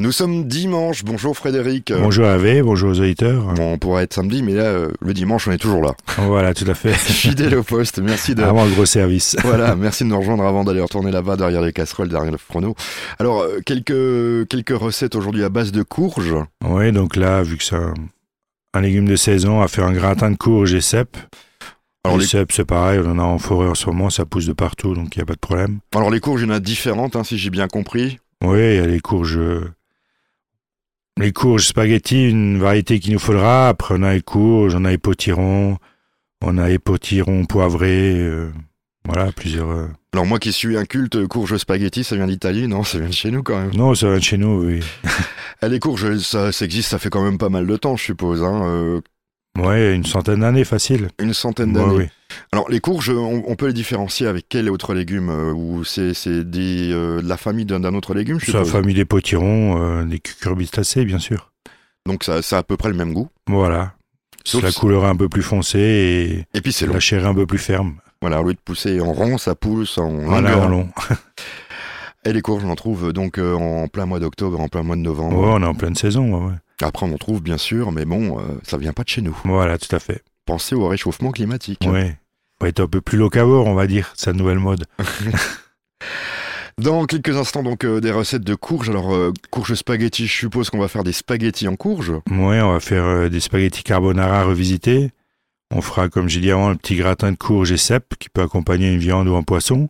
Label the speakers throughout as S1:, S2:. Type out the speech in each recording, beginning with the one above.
S1: Nous sommes dimanche. Bonjour Frédéric.
S2: Bonjour Hervé, bonjour aux auditeurs. Oh,
S1: Bon, on pourrait être samedi, mais là, euh, le dimanche, on est toujours là.
S2: Voilà, tout à fait.
S1: Fidèle au poste. Merci de.
S2: Avant le gros service.
S1: Voilà, merci de nous rejoindre avant d'aller retourner là-bas derrière les casseroles, derrière le chrono. Alors, euh, quelques, quelques recettes aujourd'hui à base de courge.
S2: Oui, donc là, vu que c'est un, un légume de saison, à faire un gratin de courge et cèpe.
S1: Alors
S2: les
S1: les,
S2: cèpes, E c'est pareil, on en a en forêt en ce moment, ça pousse de partout, donc il n'y a pas de problème.
S1: alors, les courges, il y en a différentes, hein, si j'ai bien compris.
S2: Oui, il y a les courges. euh, Les courges spaghetti, une variété qu'il nous faudra. Après, on a les courges, on a les potirons, on a les potirons poivrés. euh, voilà, plusieurs. euh.
S1: Alors, moi qui suis un culte euh, courge spaghetti, ça vient d'Italie, non Ça vient de chez nous quand même.
S2: Non, ça vient de chez nous, oui.
S1: Ah, les courges, ça, ça existe, ça fait quand même pas mal de temps, je suppose. Hein, euh,
S2: Ouais, une centaine d'années, facile.
S1: une centaine
S2: Ouais,
S1: d'années.
S2: Bah oui.
S1: Alors, les courges, on, on peut les différencier avec quel autre légume euh, Ou c'est c'est des, euh, de la famille d'un d'un autre légume, je
S2: C'est la
S1: suppose
S2: famille des potirons, euh, des cucurbitacées, bien sûr.
S1: Donc, ça, ça a à peu près le même goût.
S2: Voilà.
S1: Sauf
S2: la
S1: si-
S2: couleur est un peu plus foncée
S1: Et puis,
S2: et
S1: c'est long.
S2: la chair est un peu plus ferme.
S1: Voilà, au lieu de pousser en rond, ça pousse en
S2: Voilà,
S1: longueur. hein. Ah
S2: en long.
S1: Et les courges, on en trouve donc euh, en plein mois d'octobre, en plein mois de
S2: Ouais,
S1: novembre.
S2: on est en pleine saison. ouais, ouais.
S1: Après, on en trouve, bien sûr, mais bon, euh, ça vient pas de chez nous.
S2: Voilà, tout à fait.
S1: Pensez au réchauffement climatique.
S2: Ouais. Faut être un peu plus locavore, on va dire, sa nouvelle mode.
S1: Dans quelques instants, donc, euh, des recettes de courges. Alors, euh, courges spaghetti, je suppose qu'on va faire des spaghettis en courge.
S2: Ouais, on va faire euh, des spaghettis carbonara revisités. On fera, comme j'ai dit avant, un petit gratin de courge et cèpe qui peut accompagner une viande ou un poisson.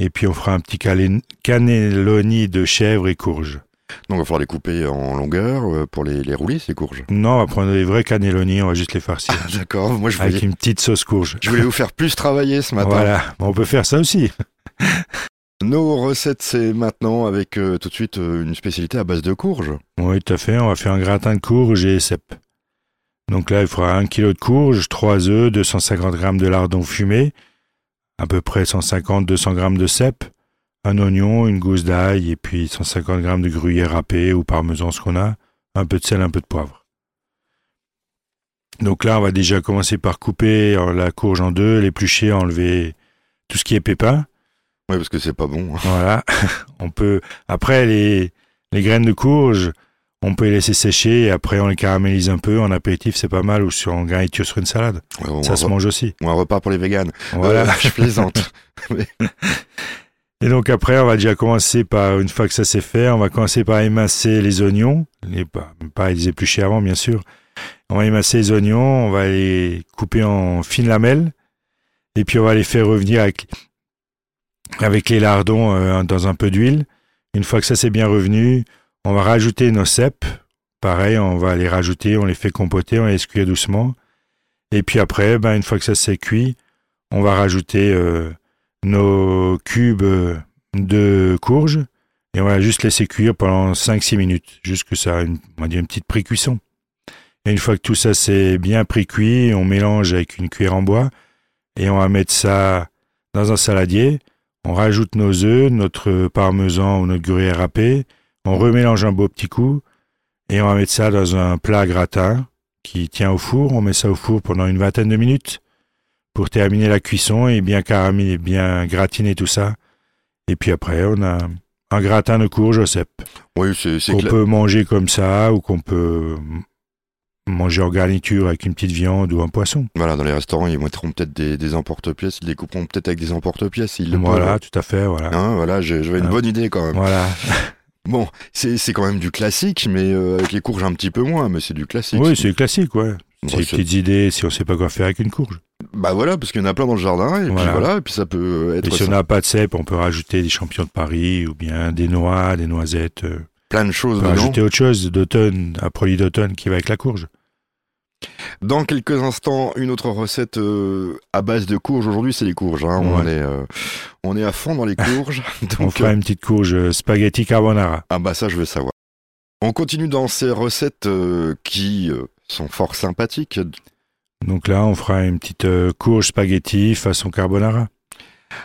S2: Et puis on fera un petit calen- cannelloni de chèvre et courge.
S1: Donc, il va falloir les couper en longueur euh, pour les, les rouler, ces courges.
S2: Non, on va prendre des vrais cannelloni, on va juste les farcir
S1: Ah, D'accord, moi, je
S2: avec
S1: voulais,
S2: une petite sauce courge.
S1: je voulais vous faire plus travailler ce matin.
S2: Voilà, on peut faire ça aussi.
S1: Nos recettes, c'est maintenant avec euh, tout de suite euh, une spécialité à base de courge.
S2: Oui, tout à fait. On va faire un gratin de courge et cèpes. Donc là, il faudra 1 kg de courge, 3 œufs, 250 g de lardons fumés, à peu près 150-200 g de cèpes, un oignon, une gousse d'ail et puis 150 g de gruyère râpée ou parmesan, ce qu'on a, un peu de sel, un peu de poivre. Donc là, on va déjà commencer par couper euh, la courge en deux, l'éplucher, enlever tout ce qui est pépins.
S1: Oui, parce que c'est pas bon. hein.
S2: Voilà. On peut. Après, les, les graines de courge, on peut les laisser sécher et après, on les caramélise un peu. En apéritif, c'est pas mal. Ou sur, en garniture sur une salade.
S1: Ouais, ou, un
S2: Ça se mange aussi.
S1: re- ou un repas pour les véganes.
S2: Voilà.
S1: Euh, je plaisante.
S2: Et donc, après, on va déjà commencer par, une fois que ça s'est fait, on va commencer par émincer les oignons. Les, pas, pas les éplucher avant, bien sûr. On va émincer les oignons. On va les couper en fines lamelles. Et puis, on va les faire revenir avec, avec les lardons euh, dans un peu d'huile. Une fois que ça c'est bien revenu, on va rajouter nos cèpes. Pareil, on va les rajouter, on les fait compoter, on les cuire doucement. Et puis après, ben, une fois que ça s'est cuit, on va rajouter euh, nos cubes euh, de courge et on va juste laisser cuire pendant 5-6 minutes, juste que ça a une, on va dire une petite pré-cuisson. Et une fois que tout ça c'est bien pré-cuit, on mélange avec une cuillère en bois et on va mettre ça dans un saladier. On rajoute nos œufs, notre parmesan ou notre gruyère râpée. On remélange un beau petit coup et on va mettre ça dans un plat gratin qui tient au four. On met ça au four pendant une vingtaine de minutes pour terminer la cuisson et bien caraméliser, bien gratiner tout ça. Et puis après, on a un gratin de courge au cèpe
S1: Oui, c'est c'est
S2: qu'on
S1: cla-
S2: peut manger comme ça ou qu'on peut manger en garniture avec une petite viande ou un poisson.
S1: Voilà, dans les restaurants, ils mettront peut-être des, des emporte-pièces, ils les couperont peut-être avec des emporte-pièces. Ils le euh,
S2: Voilà, tout à fait, voilà.
S1: peuvent. Hein, voilà, j'ai- j'avais une
S2: Ah.
S1: bonne idée quand même.
S2: Voilà.
S1: Bon, c'est c'est quand même du classique, mais euh, avec les courges un petit peu moins, mais c'est du classique.
S2: Oui, c'est classique, ouais.
S1: Bon,
S2: C'est des
S1: c'est-
S2: petites idées si on sait pas quoi faire avec une courge.
S1: Bah voilà, parce qu'il y en a plein dans le jardin, et puis
S2: Voilà.
S1: voilà, et puis ça peut euh,
S2: Et
S1: être
S2: si on
S1: ça.
S2: n'a pas de cèpe, on peut rajouter des champignons de Paris ou bien des noix, des noisettes. euh.
S1: plein de
S2: On
S1: choses
S2: peut
S1: dedans.
S2: rajouter autre chose d'automne, un produit d'automne qui va avec la courge.
S1: Dans quelques instants, une autre recette euh, à base de courges. Aujourd'hui, c'est les courges. hein. On,
S2: Ouais.
S1: est, euh, on est à fond dans les courges.
S2: on
S1: donc,
S2: fera une petite courge euh, spaghetti carbonara.
S1: Ah bah ça je veux savoir. On continue dans ces recettes euh, qui euh, sont fort sympathiques.
S2: Donc là, on fera une petite euh, courge spaghetti façon carbonara.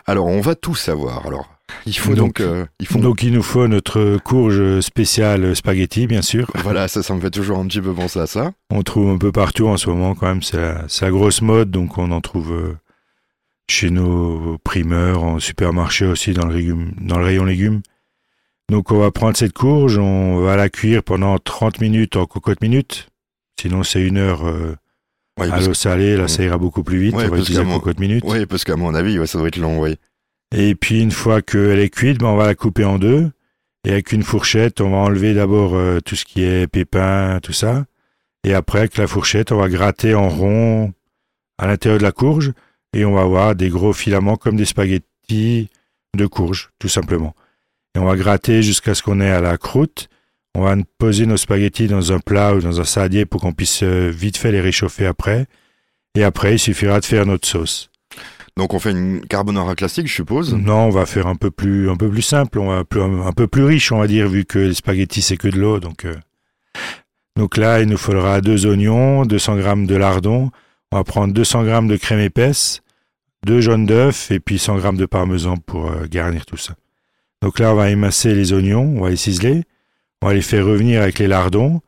S1: Alors on va tout savoir. Alors il faut donc,
S2: Donc-
S1: euh, il faut
S2: Donc il nous faut notre courge spéciale spaghetti, bien sûr.
S1: voilà ça ça me fait toujours un petit peu penser à ça.
S2: On trouve un peu partout en ce moment quand même. C'est la, c'est la grosse mode, donc on en trouve euh, chez nos primeurs, en supermarché aussi, dans le, légume- dans le rayon légumes. Donc on va prendre cette courge, on va la cuire pendant 30 minutes en cocotte minute. Sinon c'est une heure euh,
S1: Ouais,
S2: à
S1: parce
S2: l'eau
S1: que-
S2: salée, là ça ira beaucoup plus vite,
S1: Ouais,
S2: on va
S1: parce
S2: utiliser
S1: qu'à
S2: la
S1: mon-
S2: cocotte minute.
S1: ouais, parce qu'à mon avis, ouais, ça doit être long, oui.
S2: Et puis une fois qu'elle est cuite, ben, on va la couper en deux. Et avec une fourchette, on va enlever d'abord euh, tout ce qui est pépins, tout ça. Et après, avec la fourchette, on va gratter en rond à l'intérieur de la courge. Et on va avoir des gros filaments comme des spaghettis de courge, tout simplement. Et on va gratter jusqu'à ce qu'on ait à la croûte. On va poser nos spaghettis dans un plat ou dans un saladier pour qu'on puisse euh, vite fait les réchauffer après. Et après, il suffira de faire notre sauce.
S1: Donc on fait une carbonara classique, je suppose.
S2: Non, on va faire un peu plus, un peu plus simple, on va plus- un peu plus riche, on va dire, vu que les spaghettis c'est que de l'eau. Donc, euh. donc là, il nous faudra deux oignons, 200 grammes de lardons, on va prendre 200 grammes de crème épaisse, deux jaunes d'œufs et puis 100 grammes de parmesan pour euh, garnir tout ça. Donc là, on va émasser les oignons, on va les ciseler, on va les faire revenir avec les lardons.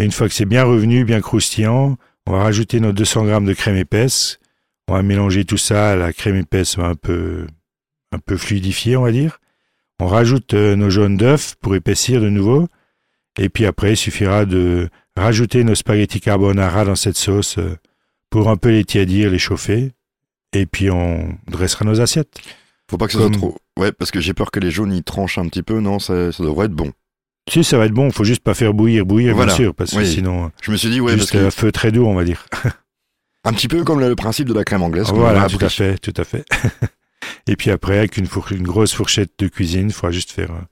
S2: Et une fois que c'est bien revenu, bien croustillant, on va rajouter nos 200 grammes de crème épaisse. On va mélanger tout ça, la crème épaisse va un peu un peu fluidifié, on va dire. On rajoute euh, nos jaunes d'œufs pour épaissir de nouveau. Et puis après, il suffira de rajouter nos spaghettis carbonara dans cette sauce euh, pour un peu les tiédir, les chauffer. Et puis on dressera nos assiettes.
S1: Faut pas que ce
S2: Comme-
S1: soit trop. Ouais, parce que j'ai peur que les jaunes y tranchent un petit peu. Non, ça, ça devrait être bon.
S2: Si ça va être bon, faut juste pas faire bouillir, bouillir
S1: Voilà.
S2: bien sûr, parce que
S1: Oui.
S2: sinon euh,
S1: Je me suis dit, ouais, parce
S2: juste
S1: que
S2: à feu très doux, on va dire.
S1: un petit peu comme le principe de la crème anglaise. qu'on a
S2: Voilà, tout
S1: appris.
S2: à fait, tout à fait. Et puis après, avec une, four- une grosse fourchette de cuisine, il faudra juste faire un,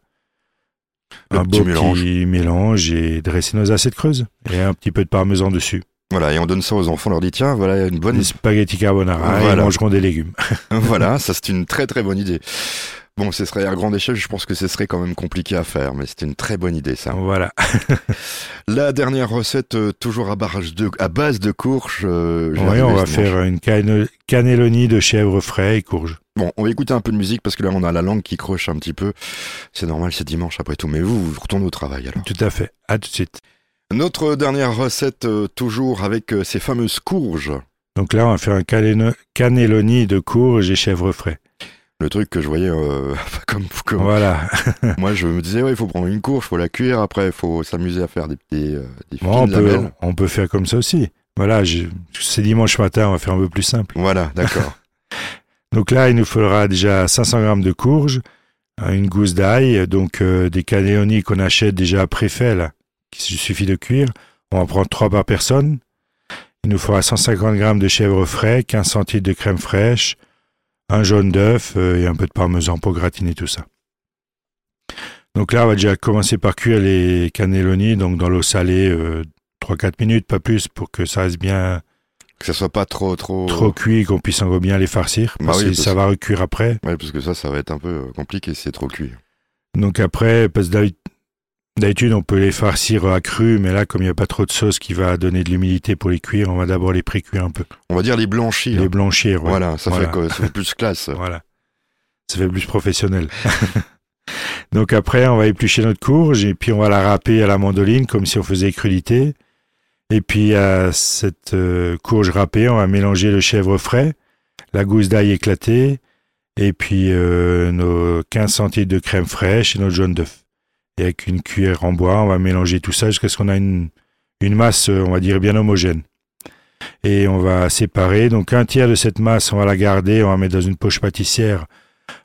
S1: Le
S2: un
S1: petit
S2: beau
S1: mélange.
S2: petit mélange et dresser nos assiettes creuses et un petit peu de parmesan dessus.
S1: Voilà, et on donne ça aux enfants, on leur dit, tiens, voilà une bonne
S2: Des spaghettis carbonara, et
S1: Ah, Voilà.
S2: ils mangeront des légumes.
S1: voilà, ça c'est une très très bonne idée. Bon, ce serait à grande échelle, je pense que ce serait quand même compliqué à faire, mais c'est une très bonne idée ça.
S2: Voilà.
S1: La dernière recette, euh, toujours à, barrage de, à base de courge. euh, je vais
S2: Ouais,
S1: arriver
S2: on
S1: à
S2: va
S1: ce
S2: faire une cane- cannelloni de chèvre frais et courge.
S1: Bon, on va écouter un peu de musique parce que là on a la langue qui croche un petit peu. C'est normal, c'est dimanche après tout, mais vous, vous retournez au travail alors.
S2: Tout à fait. À tout de suite.
S1: Notre dernière recette, euh, toujours avec euh, ces fameuses courges.
S2: Donc là, on va faire un cannello- cannelloni de courge et chèvre frais.
S1: Le truc que je voyais, euh, comme, comme
S2: Voilà.
S1: moi je me disais, ouais, il faut prendre une courge, faut la cuire, après il faut s'amuser à faire des, des, euh, des
S2: Bon, on,
S1: fines
S2: peut,
S1: lamelles.
S2: on peut faire comme ça aussi. Voilà, je- c'est dimanche matin, on va faire un peu plus simple.
S1: Voilà, d'accord.
S2: Donc là, il nous faudra déjà 500 grammes de courge, hein, une gousse d'ail, donc euh, des caléonies qu'on achète déjà préfaits, là, qu'il suffit de cuire. On en prend trois par personne. Il nous faudra 150 grammes de chèvre frais, 15 centilitres de crème fraîche, un jaune d'œuf euh, et un peu de parmesan pour gratiner tout ça. Donc là, on va déjà commencer par cuire les cannelloni, donc dans l'eau salée, euh, 3-4 minutes, pas plus, pour que ça reste bien
S1: Que ça soit pas trop, trop.
S2: trop cuit qu'on puisse encore bien les farcir
S1: Oh. Bah
S2: parce
S1: oui,
S2: que
S1: parce
S2: ça va recuire après.
S1: Ouais, parce que ça, ça va être un peu euh, compliqué si c'est trop cuit.
S2: Donc après, parce que d'habi- d'habitude on peut les farcir à cru, mais là comme il n'y a pas trop de sauce qui va donner de l'humidité pour les cuire, on va d'abord les précuire un peu,
S1: On va dire les blanchis.
S2: les
S1: hein.
S2: blanchir. ouais.
S1: Voilà, ça
S2: Voilà.
S1: fait quoi Ça fait plus classe.
S2: Voilà. Ça fait plus professionnel. Donc après, on va éplucher notre courge et puis on va la râper à la mandoline comme si on faisait crudité. Et puis à cette euh, courge râpée, on va mélanger le chèvre frais, la gousse d'ail éclatée et puis euh, nos 15 centilitres de crème fraîche et notre jaune d'œuf. Et avec une cuillère en bois, on va mélanger tout ça jusqu'à ce qu'on a une, une masse, euh, on va dire, bien homogène et on va séparer. Donc un tiers de cette masse, on va la garder, on va mettre dans une poche pâtissière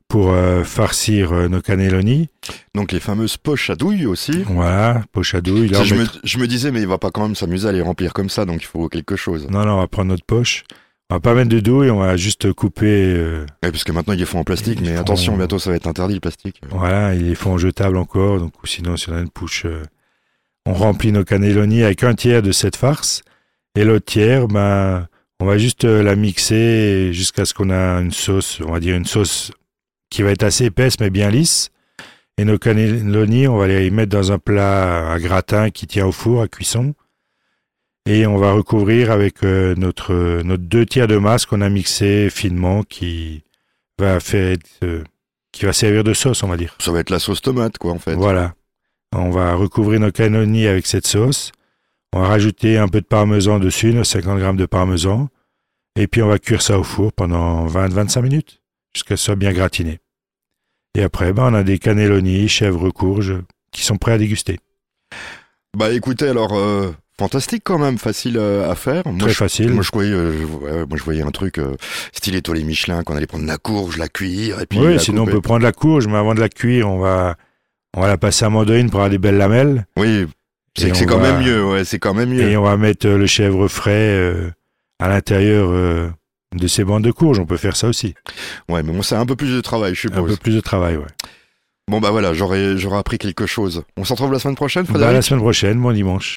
S2: pour euh, farcir euh, nos cannelloni.
S1: Donc les fameuses poches à douille aussi.
S2: Voilà, poche à douille. Là,
S1: Ça,
S2: on
S1: je, me,
S2: mettra-
S1: je me disais, mais il va pas quand même s'amuser à les remplir comme ça, donc il faut quelque chose.
S2: Non, non, on va prendre notre poche. On va pas mettre de douille, on va juste couper. euh,
S1: Ouais, parce que maintenant, ils les font en plastique,
S2: Ils
S1: mais
S2: font-
S1: attention, bientôt, ça va être interdit le plastique.
S2: voilà, ils les font en jetable encore. Donc ou sinon, si on a une pouche, euh, on remplit nos cannelloni avec un tiers de cette farce et l'autre tiers, ben, on va juste euh, la mixer jusqu'à ce qu'on a une sauce, on va dire une sauce qui va être assez épaisse mais bien lisse. Et nos cannelloni, on va les mettre dans un plat à gratin qui tient au four à cuisson. Et on va recouvrir avec euh, notre, euh, notre deux tiers de masse qu'on a mixé finement qui va faire, être, euh, qui va servir de sauce, on va dire.
S1: Ça va être la sauce tomate, quoi, en fait.
S2: Voilà. On va recouvrir nos cannelloni avec cette sauce. On va rajouter un peu de parmesan dessus, nos 50 grammes de parmesan. Et puis on va cuire ça au four pendant 20-25 minutes, jusqu'à ce soit bien gratiné. Et après, ben, on a des cannelloni, chèvres courges, qui sont prêts à déguster.
S1: Bah écoutez, alors euh, fantastique quand même, facile euh, à faire. Moi,
S2: Très
S1: je,
S2: facile.
S1: Moi je, voyais, euh, je- ouais, moi je voyais un truc euh, style étoilé Michelin, qu'on allait prendre la courge, la cuire et puis.
S2: oui,
S1: la
S2: sinon on
S1: couper.
S2: peut prendre la courge, mais avant de la cuire, on va, on va la passer à mandarine pour avoir des belles lamelles.
S1: Oui, c'est
S2: Et
S1: que c'est
S2: on
S1: quand
S2: va-
S1: même mieux. Ouais, c'est quand même mieux.
S2: Et on va mettre euh, le chèvre frais euh, à l'intérieur euh, de ces bandes de courges. On peut faire ça aussi.
S1: Ouais, mais bon, c'est un peu plus de travail, je
S2: Un
S1: suppose.
S2: peu plus de travail, ouais.
S1: Bon bah voilà, j'aurais j'aurais appris quelque chose. On se retrouve la semaine prochaine,
S2: Bah, à
S1: Frédéric.
S2: la semaine prochaine, bon dimanche.